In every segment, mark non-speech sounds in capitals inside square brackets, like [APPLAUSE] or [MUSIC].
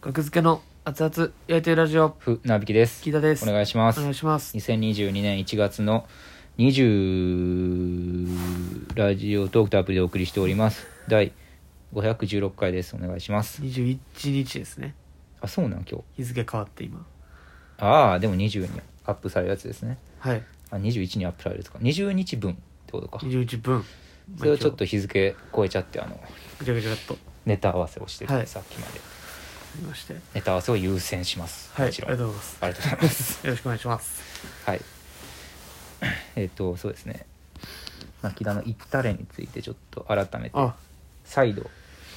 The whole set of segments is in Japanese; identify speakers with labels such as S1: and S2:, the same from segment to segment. S1: 格付けの熱々焼いてるラジオ
S2: ふなびきです
S1: 木田です
S2: お願いしま
S1: お願
S2: す
S1: いします
S2: 2022年1月の20ラジオトークとアプリでお送りしております第516回ですお願いします
S1: 21日ですね
S2: あそうなん今日
S1: 日付変わって今
S2: ああでも20にアップされるやつですね
S1: はい
S2: あ21にアップされるやつか20日分ってことか
S1: 21分
S2: それをちょっと日付超えちゃってあの
S1: ぐちゃぐちゃっと
S2: ネタ合わせをしてて、
S1: はい
S2: さっきまで
S1: ありまして
S2: ネタ合わせを優先します
S1: はいあ
S2: も
S1: り
S2: ち
S1: が
S2: ろん
S1: とうございます
S2: ありがとうございます
S1: よろしくお願いします
S2: はい。えっ、と、そうですね。まあ、木田の行ったれについてちょっと改めて、
S1: あ
S2: 再度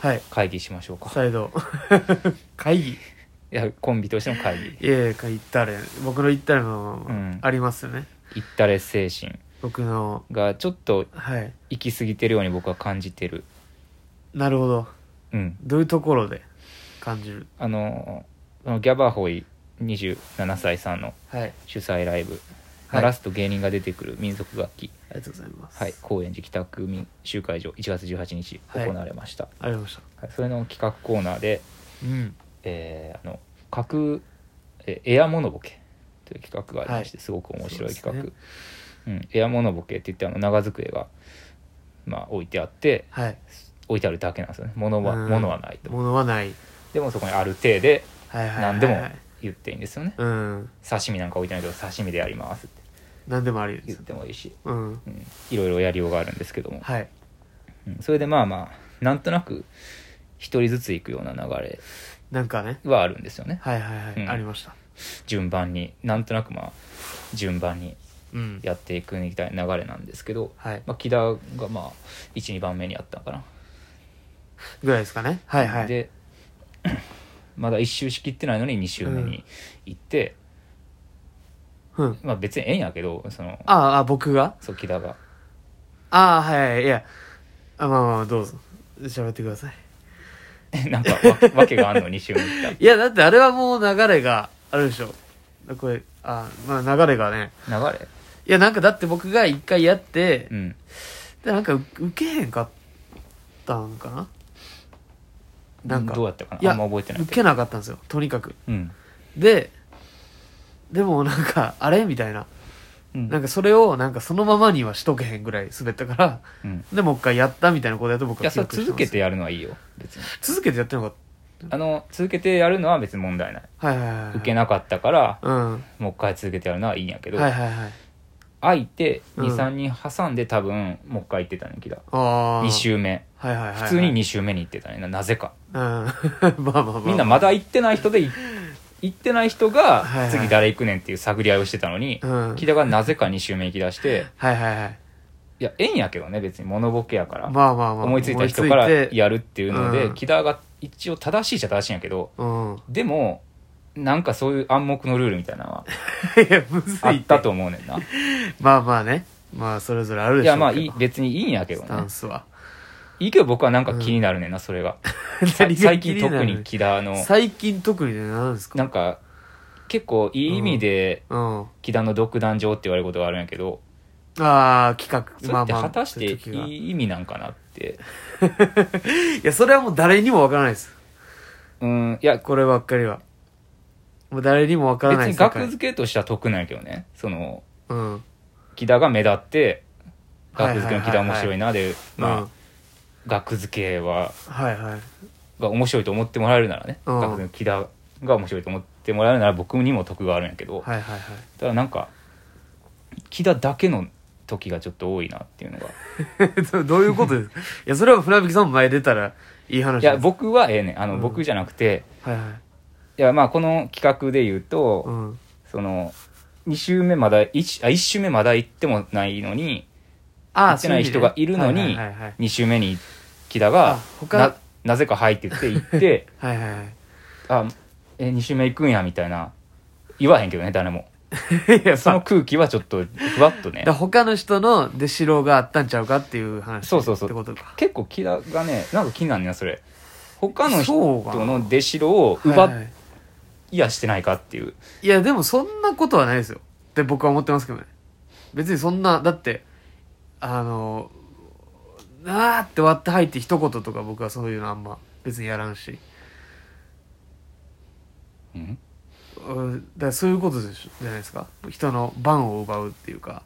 S1: はい
S2: 会議しましょうか。
S1: 再
S2: [LAUGHS]
S1: 度会議い
S2: いや、コンビとしての会議。
S1: えか行ったれ僕の行ったれも
S2: うん
S1: ありますよね、
S2: 行ったれ精神
S1: 僕の
S2: がちょっと
S1: はい
S2: 行き過ぎてるように僕は感じてる。
S1: なるほど
S2: うん。
S1: どういうところで感じる
S2: あの、そのギャバホイ27歳さんの
S1: はい
S2: 主催ライブ、
S1: はい
S2: ラスト芸人が出てくる民族楽器、
S1: ありがとうございます
S2: はい、高円寺北区民集会場1月18日行われました。
S1: ありがとうございました
S2: はい、それの企画コーナーで、
S1: うん
S2: えーあの架空、えーエアモノボケという企画がありまして、すごく面白い企画
S1: そ
S2: う、
S1: うで
S2: ん、エアモノボケって言ってあの長机が、まあ、置いてあって
S1: はい
S2: 置いてあるだけなんですよね物は
S1: うん
S2: 物はないと
S1: 物はない
S2: でもそこにある程度
S1: はいはいはい、はい、
S2: 何でも言っていいんですよね、
S1: うん
S2: 刺身なんか置いてないけど刺身でやりますって
S1: 何でもありで
S2: 言っ
S1: す
S2: てもいいし、
S1: うん
S2: うん、いろいろやりようがあるんですけども、
S1: はい
S2: うんそれでまあまあなんとなく一人ずつ行くような流れ
S1: なんかね
S2: はあるんですよね
S1: はいはいはい、
S2: うん
S1: ありました
S2: 順番になんとなくまあ順番に
S1: うん
S2: やっていくみたいな流れなんですけど、
S1: はい
S2: まあ、木田がまあ12番目にやったのかな、
S1: ぐらいですかねはいはい
S2: で [COUGHS] まだ1周しきってないのに2周目に行って、
S1: うん、
S2: まあ別にええんやけどその
S1: あああ僕が
S2: そう木田が [LAUGHS]
S1: ああはいはいいやあまあまあどうぞ喋ってください
S2: なんかわわけがあんの2周目行っ
S1: いやだってあれはもう流れがあるでしょこれあまあ流れがね
S2: た流れ
S1: いやなんかだって僕が一回やって、
S2: うん
S1: でなんかう受けへんかったんかななんか
S2: どうやったか
S1: いや
S2: なあんま覚えてない
S1: 受
S2: けど
S1: けなかったんですよとにかく
S2: うん
S1: ででもなんかあれみたいな
S2: うん
S1: なんかそれをなんかそのままにはしとけへんぐらい滑ったから
S2: うん
S1: でもう一回やったみたいなことやと僕
S2: い
S1: は
S2: や
S1: 記
S2: それ
S1: 憶して
S2: 続
S1: ます
S2: けてやるのはいいよ別に
S1: 続けてやってなかっ
S2: あの続けてやるのは別に問題ない
S1: たはいはいはいはい
S2: 受けなかったから
S1: うんは
S2: もう一回続けてやるのはいいんやけ
S1: い
S2: ど、
S1: はいはい
S2: 空いて
S1: うん
S2: 23人挟んで多分もう一回行ってたね木田
S1: ああ
S2: 2周目
S1: はいはいはいはい
S2: 普通に2周目に行ってたねななぜか
S1: うん [LAUGHS] まあまあまあ
S2: みんなまだ行ってない人でい行ってない人が
S1: はいはい
S2: 次誰行くねんっていう探り合いをしてたのに
S1: うん
S2: 木田がなぜか2周目行き出して
S1: はいはいはい
S2: いやええんやけどね別にモノボケやから
S1: まあまあまあ
S2: 思いついた人から
S1: 思いついて
S2: やるっていうの
S1: う
S2: で
S1: ん
S2: 木田が一応正しいっちゃ正しいんやけど
S1: うん [LAUGHS] い
S2: でもなんかそういう暗黙のルールみたいなのは
S1: やむずい
S2: あ
S1: て
S2: ったと思うねんな
S1: まあまあねまあそれぞれあるで
S2: い
S1: しょう
S2: や
S1: けど
S2: まあいい別にいいんやけど
S1: スタ
S2: ね
S1: ンスはい
S2: いけど僕はなんか気になるねんなそれがさ
S1: [LAUGHS] 何が
S2: 最
S1: 気
S2: 近
S1: になる
S2: 特に木田の
S1: 最近特にね何ですか
S2: なんか結構いい意味で
S1: うん
S2: 木田の独壇場って言われることがあるんやけど
S1: ああ企画
S2: それって果たし
S1: そうい
S2: て
S1: う時がい
S2: いい意味なんかなって
S1: [LAUGHS] やそれはもう誰にもわからないです
S2: うんいや
S1: こればっかりはもう誰にもわからな
S2: 別
S1: い
S2: に
S1: 世界
S2: 額付けとしては得なんやけどねその
S1: うん
S2: 木田が目立って
S1: はいはい
S2: 額付けの木田面白いなで
S1: う
S2: ま
S1: ん
S2: あ額付けは
S1: はいはい
S2: が面白いと思ってもらえるならね
S1: うん
S2: 額付けの木田が面白いと思ってもらえるなら僕にも得があるんやけ
S1: は
S2: ど
S1: いはいはい
S2: ただなんか木田だけの時がちょっと多いなっていうのが
S1: どどういう [LAUGHS] ことですかいやそれは船引さんも前出たらいい話
S2: いや
S1: です
S2: 僕はええねんあの、
S1: うん
S2: 僕じゃなくて
S1: はいはい
S2: いやまあこの企画で言うと、
S1: うん
S2: その2週目まだ 1, あ1週目まだ行ってもないのに
S1: あ
S2: 行ってない人がいるのに
S1: はいはい
S2: 2週目に木田が
S1: あ他
S2: ななぜか入ってって行って
S1: [LAUGHS] はいはいはい
S2: あえ2週目行くんやみたいな言わへんけどね誰も
S1: はいいや
S2: そ
S1: まあ
S2: の空気はちょっとふわっとね
S1: だから他の人の出しろがあったんちゃうかっていう話
S2: そうそうそう
S1: ってことか
S2: 結構木田がねなんか気になんねんなそれ他の人
S1: そうかな
S2: の出城を
S1: はいは
S2: 奪
S1: い
S2: いやしてないかっていう、
S1: いや、でもそんなことはないですよ。って僕は思ってますけどね。別にそんな、だって、あの、なーって割って入って一言とか僕はそういうのあんま別にやらんし。
S2: うん
S1: うんだからそういうことでしょじゃないですか人の番を奪うっていうか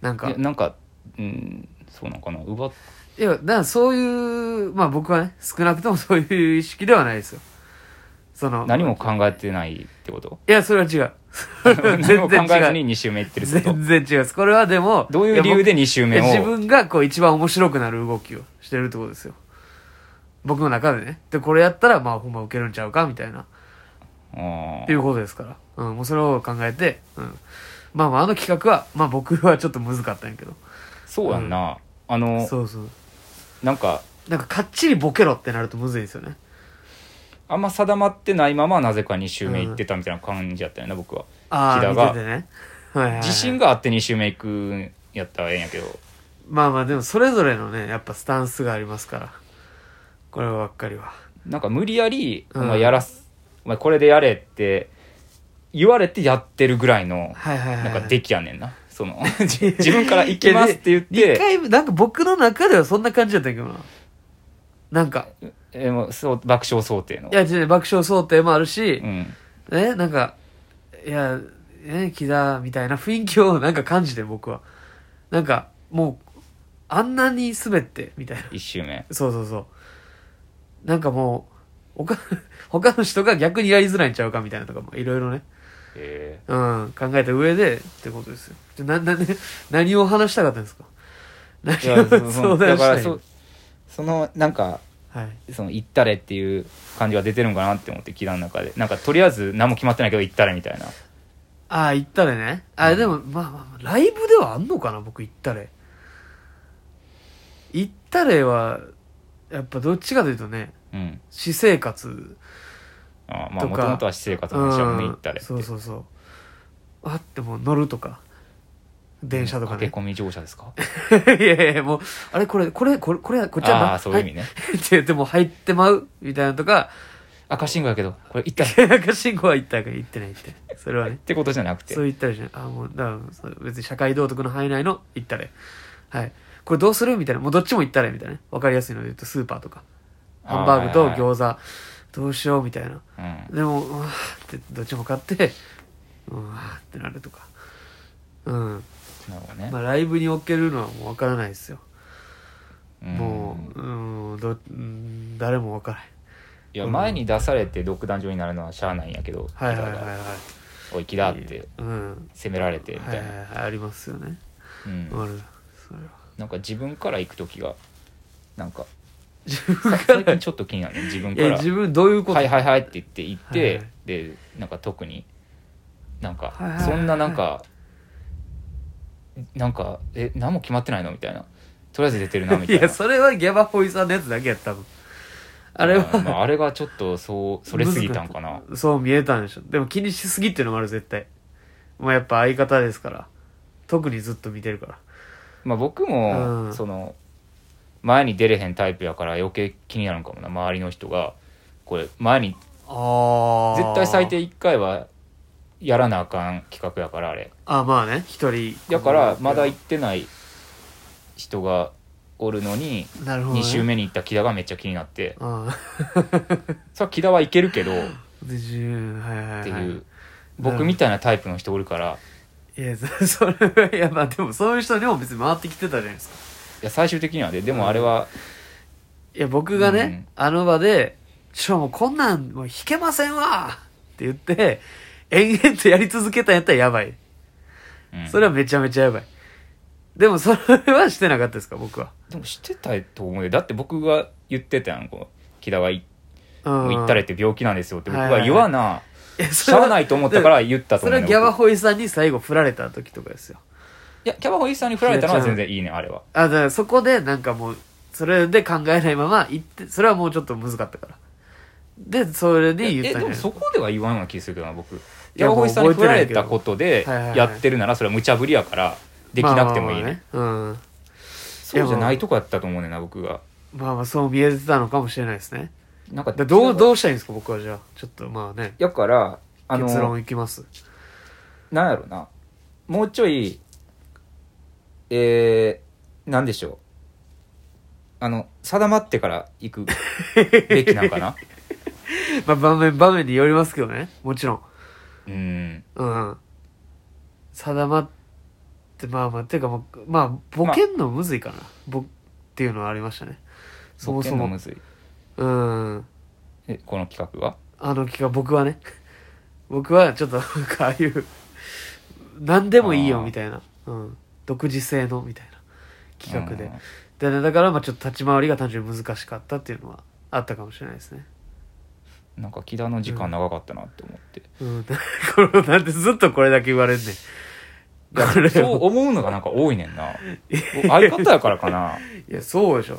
S1: なんか
S2: いやなんかうんそうなのかな奪っ
S1: いや、だからそういう、まあ僕はね、少なくともそういう意識ではないですよ。その、
S2: 何も考えてないってこと
S1: いや、それは違う。
S2: [LAUGHS] 何も考えず
S1: 違う。
S2: に2周目いってるってこと
S1: [LAUGHS] 全然違うです。これはでも、
S2: どういう理由で2周
S1: い
S2: 目
S1: や僕いや自
S2: を
S1: 分がこう一番面白くなる動きをしてるってことですよ。僕の中でね。で、これやったら、まあほんま受けるんちゃうかみたいな、
S2: あ
S1: ってい
S2: ー
S1: うことですから。うん、もうそれを考えて、うん。まあまああの企画は、まあ僕はちょっと難かったんやけど。
S2: そうやんなあの
S1: そうそう。
S2: なんか
S1: なんかかっちりボケろってなるとむずいんですよね。
S2: あんま定まってないままなぜか2周目いってたみたいな感じやったよね、僕は
S1: あ
S2: 木
S1: あ、
S2: 田
S1: 見
S2: が
S1: ててね。はいはいはい
S2: 自信があって2周目行くんやったらええんやけど
S1: まあまあでもそれぞれのねやっぱスタンスがありますからこればっかりは
S2: なんか無理やり「
S1: うん
S2: お前やらす、お前これでやれ」って言われてやってるぐらいの
S1: はいはいはい、
S2: なんか
S1: で
S2: できやねんな
S1: [LAUGHS]
S2: そのじ自分から「行きます」って言っ
S1: 2
S2: て
S1: 回目なんか僕の中ではそんな感じだったけどななんか
S2: えーもうそう爆笑想定の
S1: いや違う爆笑想定もあるし
S2: う、ん
S1: ねなんかいや、ね、木田みたいな雰囲気をなんか感じて僕はなんかもうあんなに滑ってみたいな
S2: 1周目
S1: そうそうそうなんかもう他 [LAUGHS] 他の人が逆にやりづらいんちゃうかみたいなとかもいろいろね
S2: え
S1: うん、考えた上でってことですよ。じゃな、な、 [LAUGHS] ね何を話したかったんですか何
S2: ーい
S1: [LAUGHS]
S2: やそ
S1: を相
S2: のだ
S1: 談し
S2: から
S1: たい
S2: そそのなんか
S1: はい。
S2: その行ったれっていう感じが出てるんかなって思って木田の中でなんかとりあえず何も決まってないけど行ったれみたいな
S1: ああ、行ったらね。あ、でも、まあまあまあ、ライブではあんのかな僕行ったれ。行ったれは、やっぱどっちかというとね、
S2: うん
S1: 私生活。
S2: あーまあ
S1: と
S2: も
S1: か
S2: ともとは私生活の話はもう行ったれって
S1: そうそうそう。あってもう乗るとか。電車とかね
S2: 駆け。込み乗車ですか
S1: [LAUGHS] いやいや、もう、あれこれ、これ、これ、これ、こっちはな
S2: ああーそういう意味ね、
S1: はい [LAUGHS] って言ってもう入ってまう、みたいなのとか、
S2: 赤信号やけどこれ行ったれ
S1: 赤信号は行ったか行ってない行ってないそれはね
S2: ってことじゃなくて
S1: そう言ったらじゃないあもうだからそう別に社会道徳の範囲内の行ったれはいこれどうするみたいなもうどっちも行ったれみたいなねわかりやすいので言うとスーパーとかハンバーグと
S2: あーは
S1: 餃子、どうしようみたいな
S2: うん
S1: でもうわーってどっちも買ってうわーってなるとかうん
S2: なるほどね
S1: まあライブにおけるのはもうわからないですよ、
S2: うん
S1: もううんどうん誰もわからない
S2: いや前に出されて独壇場になるのはしゃあないんやけど
S1: はいはいはい
S2: 木田
S1: は
S2: が
S1: い
S2: おい木田って
S1: うん
S2: 責められてみ
S1: は
S2: た
S1: い
S2: い
S1: は
S2: ない
S1: はいありますよね
S2: うん
S1: あるそれは
S2: なんか自分から行く時がなんか
S1: 自
S2: さ
S1: 分
S2: 最
S1: から
S2: 近ちょっと気になるね自分
S1: い
S2: か
S1: や
S2: ら
S1: 自分どういうこと、
S2: はいはいはいって言って行って、
S1: はいはい
S2: でなんか特になんか、
S1: はいはいはい
S2: そんななんかなんかえ何も決まってないのみたいなとりあえず出てるなみ
S1: い
S2: たいな
S1: やそれはギャバホイさんのやつだけやったもんあれ
S2: ま
S1: は
S2: ああれがちょっ
S1: [LAUGHS]
S2: とそうそれすぎたんかな
S1: そう見えたんでしょでも気にしすぎっていうのもある絶対もうやっぱ相方ですから特にずっと見てるから
S2: まあ僕も、
S1: うん
S2: その前に出れへんタイプやから余計気になるんかもな周りの人がこれ前に
S1: あ
S2: 絶対最低1回はやらなあかん企画やからあれ
S1: あまあね一人
S2: だからまだ行ってない人がおるのに
S1: なるほど、ね、
S2: 2周目に行った木田がめっちゃ気になって
S1: ああ [LAUGHS]
S2: それは木田はいけるけどっ
S1: で自由はいはいはい
S2: ていう僕みたいなタイプの人おるから
S1: いやそ [LAUGHS] それはいやまあでもそういう人にも別に回ってきてたじゃないですか
S2: いや最終的にはででもあれは、
S1: いや、僕がね、あの場で、ちょ、もうこんなん、もう弾けませんわって言って、延々とやり続けたんやったらやばい。
S2: うん
S1: それはめちゃめちゃやばい。でも、それはしてなかったですか、僕は。
S2: でもしてたと思うよだって僕が言ってたやんこう木田がい
S1: う
S2: も
S1: ん
S2: う行ったれって病気なんですよって僕
S1: はいは
S2: が
S1: いはい
S2: 言わな
S1: や
S2: しゃあないと思ったから言った
S1: そ
S2: と思
S1: れ
S2: う
S1: は
S2: ね
S1: ギャバ
S2: 僕
S1: ホイさんに最後振られた時とかですよ。
S2: いやキャバホイさんに振られたのは全然いいねあれは
S1: あ、だからそこでなんかもう、それで考えないまま行って、それはもうちょっと難かったから。で、それで
S2: いや
S1: 言っ
S2: え
S1: た
S2: で
S1: んじゃな
S2: も
S1: い
S2: そこでは言わんような気するけどな僕キ
S1: や
S2: ャ
S1: も
S2: バホ
S1: う
S2: イさんに振られたことで
S1: 覚えてないけど
S2: やってるならそれは無茶ぶりやからできなくてもいいね,、
S1: まあまあまあね。うん。
S2: そうじゃないとこやったと思うねんな僕が
S1: まあまあそう見えてたのかもしれないですね。
S2: なんか
S1: だどう、ど
S2: う
S1: うしたらいいんですか僕はじゃあ。ちょっとまあね。
S2: やからあ
S1: 結
S2: の
S1: 論いきます。 [LAUGHS]
S2: なんやろなもうちょいえー、なんでしょう [LAUGHS] あの定まってから行くべきなんかな
S1: まあ場面場面によりますけどねもちろん
S2: うん
S1: うん定まってまあまあっていうかもうまあボケんのむずいかな、ぼっていうのはありましたねそもそ
S2: ボケんの
S1: も
S2: むずい
S1: うん
S2: えこの企画は
S1: あの企画僕はね [LAUGHS] 僕はちょっとなんかああいう何でもいいよみたいな、うん、独自性のみたいな企画ででねだからまあちょっと立ち回りが単純に難しかったっていうのはあったかもしれないですね
S2: うんなんか木田の時間長かったなって思って、
S1: うん、 [LAUGHS] これなんでずっとこれだけ言われんねん
S2: いや
S1: これ [LAUGHS]
S2: そう思うのがなんか多いねんなお相方やからかない
S1: やそうでしょ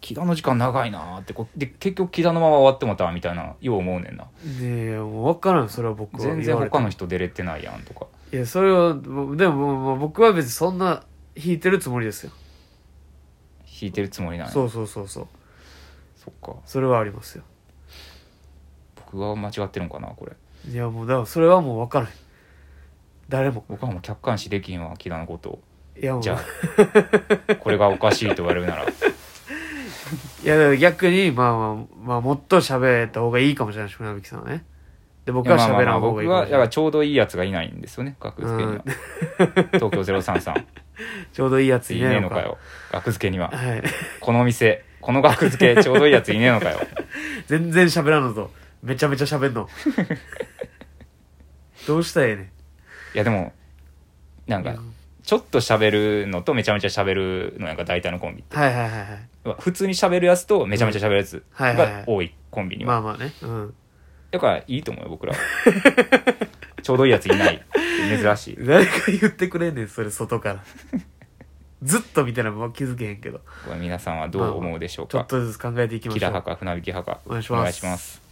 S2: 木田の時間長いなーってこうで結局木田のまま終わってもたみたいなよう思うねんな
S1: ねえもう分からんそれは僕は
S2: 全
S1: 言
S2: 然
S1: われて
S2: 他の人出れてないやんとか
S1: いやそれはもうでももう僕は別にそんな引いてるつもりですよ
S2: 引いてるつもりなんや
S1: そうそうそうそう
S2: そっか
S1: それはありますよ
S2: 僕は間違ってるんかなこれ
S1: いやもうだからそれはもう分からへん誰も
S2: 僕はもう客観視できんわ木田のことを
S1: いやもう
S2: じゃ
S1: [LAUGHS]
S2: あこれがおかしいと言われるなら
S1: いやだから逆にまあまあ、まあ、もっと喋った方がいいかもしれないし船引さんはねで僕は
S2: まあまあ
S1: 喋
S2: ま
S1: ら
S2: あ
S1: ん方がいいか
S2: 僕
S1: も
S2: は
S1: しれ
S2: だか
S1: な
S2: ら
S1: い
S2: ちょうどいいやつがいないんですよね学付けには [LAUGHS] 東京0330
S1: [LAUGHS] ちょうどいいやつ
S2: い
S1: い
S2: ね
S1: な
S2: え
S1: いの
S2: のか
S1: か
S2: よ学付けには
S1: はい
S2: この店この学付けちょうどいいやついねえのかよ
S1: 全然喋らんのとめちゃめちゃ喋ん [LAUGHS] のどうしたらええねん
S2: いやでもなんかちょっと喋るのとめちゃめちゃ喋るのやんか大体のコンビ
S1: はいはいはいはい
S2: 普通に喋るやつとめちゃめちゃ喋るやつ
S1: はいはいはい
S2: が多いコンビには
S1: まあまあねうん
S2: だからいいと思う
S1: [LAUGHS]
S2: よ僕らはちょうどいいやついない珍しい
S1: 誰か言ってくれんねんそれ外からずっと見てなもう気づけへんけど
S2: これ皆さんはどう思うでしょう
S1: ちょ
S2: か
S1: っとずつ考えていきま
S2: キ
S1: しょ
S2: ラ
S1: う
S2: 派か船引き派か
S1: お願いします
S2: ます